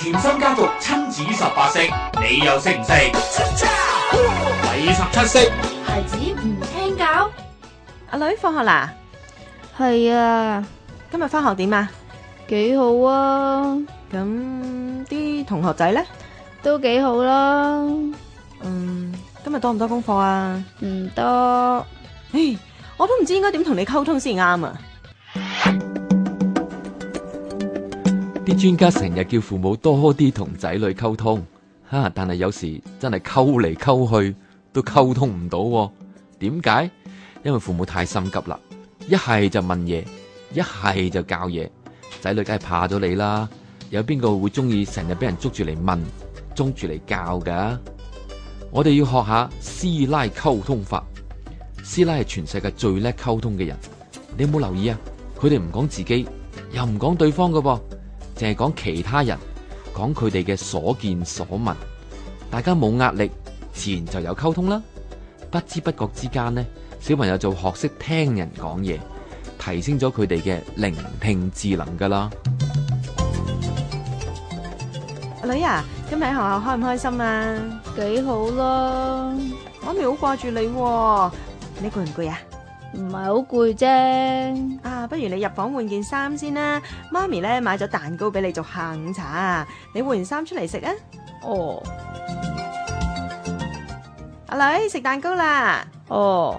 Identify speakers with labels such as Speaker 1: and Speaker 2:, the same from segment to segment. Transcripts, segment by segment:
Speaker 1: 甜心家族親子十八式，你又識唔識？第十七式，
Speaker 2: 孩子唔聽教，
Speaker 3: 阿女放學啦，
Speaker 4: 係啊，
Speaker 3: 今日翻學點啊？
Speaker 4: 幾好啊，
Speaker 3: 咁啲同學仔呢？
Speaker 4: 都幾好啦，
Speaker 3: 嗯，今日多唔多功課啊？
Speaker 4: 唔多。
Speaker 3: 唉，我都唔知應該點同你溝通先啱啊！
Speaker 5: 啲專家成日叫父母多啲同仔女溝通，哈、但係有時真係溝嚟溝去都溝通唔到、喎。點解？因為父母太心急啦，一係就問嘢，一係就教嘢，仔女梗係怕咗你啦。有邊個會中意成日俾人捉住嚟問，捉住嚟教㗎？我哋要學下師奶溝通法。師奶係全世界最叻溝通嘅人，你有冇留意啊？佢哋唔講自己，又唔講對方㗎噃。淨係講其他人，講佢哋嘅所見所聞，大家冇壓力，自然就有溝通啦。不知不覺之間呢，小朋友就學識聽人講嘢，提升咗佢哋嘅聆聽智能噶啦。
Speaker 3: 阿女啊，今日喺學校開唔開心啊？
Speaker 4: 幾好啦，
Speaker 3: 媽咪好掛住你、喎，你攰唔攰啊？
Speaker 4: 唔係好攰啫。
Speaker 3: 啊，不如你入房換件衫先啦。媽咪呢買咗蛋糕俾你做下午茶啊，你換完衫出嚟食啊。
Speaker 4: 哦
Speaker 3: 阿女食蛋糕啦。
Speaker 4: 哦，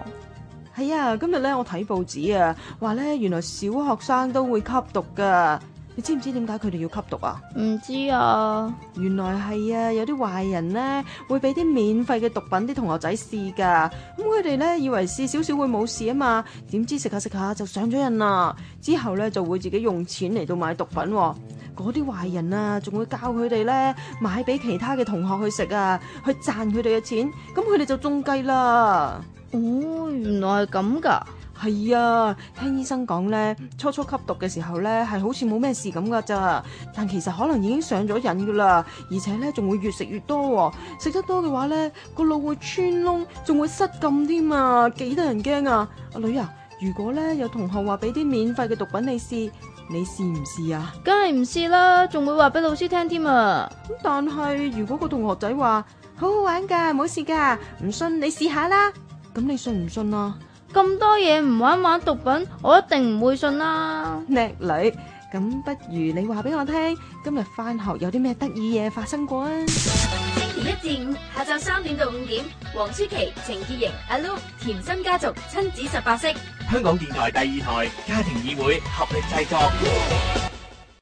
Speaker 3: 係啊，今日咧我睇報紙啊，話咧原來小學生都會吸毒噶。你知唔知點解佢哋要吸毒啊？
Speaker 4: 唔知啊，
Speaker 3: 原來係啊，有啲壞人咧會俾啲免費嘅毒品啲同學仔試噶。咁佢哋咧以為試少少會冇事啊嘛，點知食下食下就上咗癮啦。之後咧就會自己用錢嚟到買毒品喎。嗰啲壞人啊，仲會教佢哋咧買俾其他嘅同學去食啊，去賺佢哋嘅錢。咁佢哋就中計啦。
Speaker 4: 哦，原來係咁噶。
Speaker 3: 係啊，聽醫生講咧，初初吸毒嘅時候咧，係好似冇咩事咁噶咋，但其實可能已經上咗癮噶啦，而且咧仲會越食越多喎，食得多嘅話咧，個腦會穿窿，仲會失禁添啊，幾得人驚啊！阿女啊，如果咧有同學話俾啲免費嘅毒品你試，你試唔試啊？
Speaker 4: 梗係唔試啦，仲會話俾老師聽添啊！
Speaker 3: 咁但係如果個同學仔話好好玩㗎，冇事㗎，唔信你試下啦，咁你信唔信啊？
Speaker 4: 咁多嘢唔玩玩毒品，我一定唔會信啦。
Speaker 3: 叻女，咁不如你話俾我聽，今日翻學有啲咩得意嘢發生過啊？
Speaker 2: 星期一至五下晝三點到五點，黃舒淇、程潔瑩、阿 Lu、甜心家族親子十八式。
Speaker 1: 香港電台第二台家庭議會合力製作。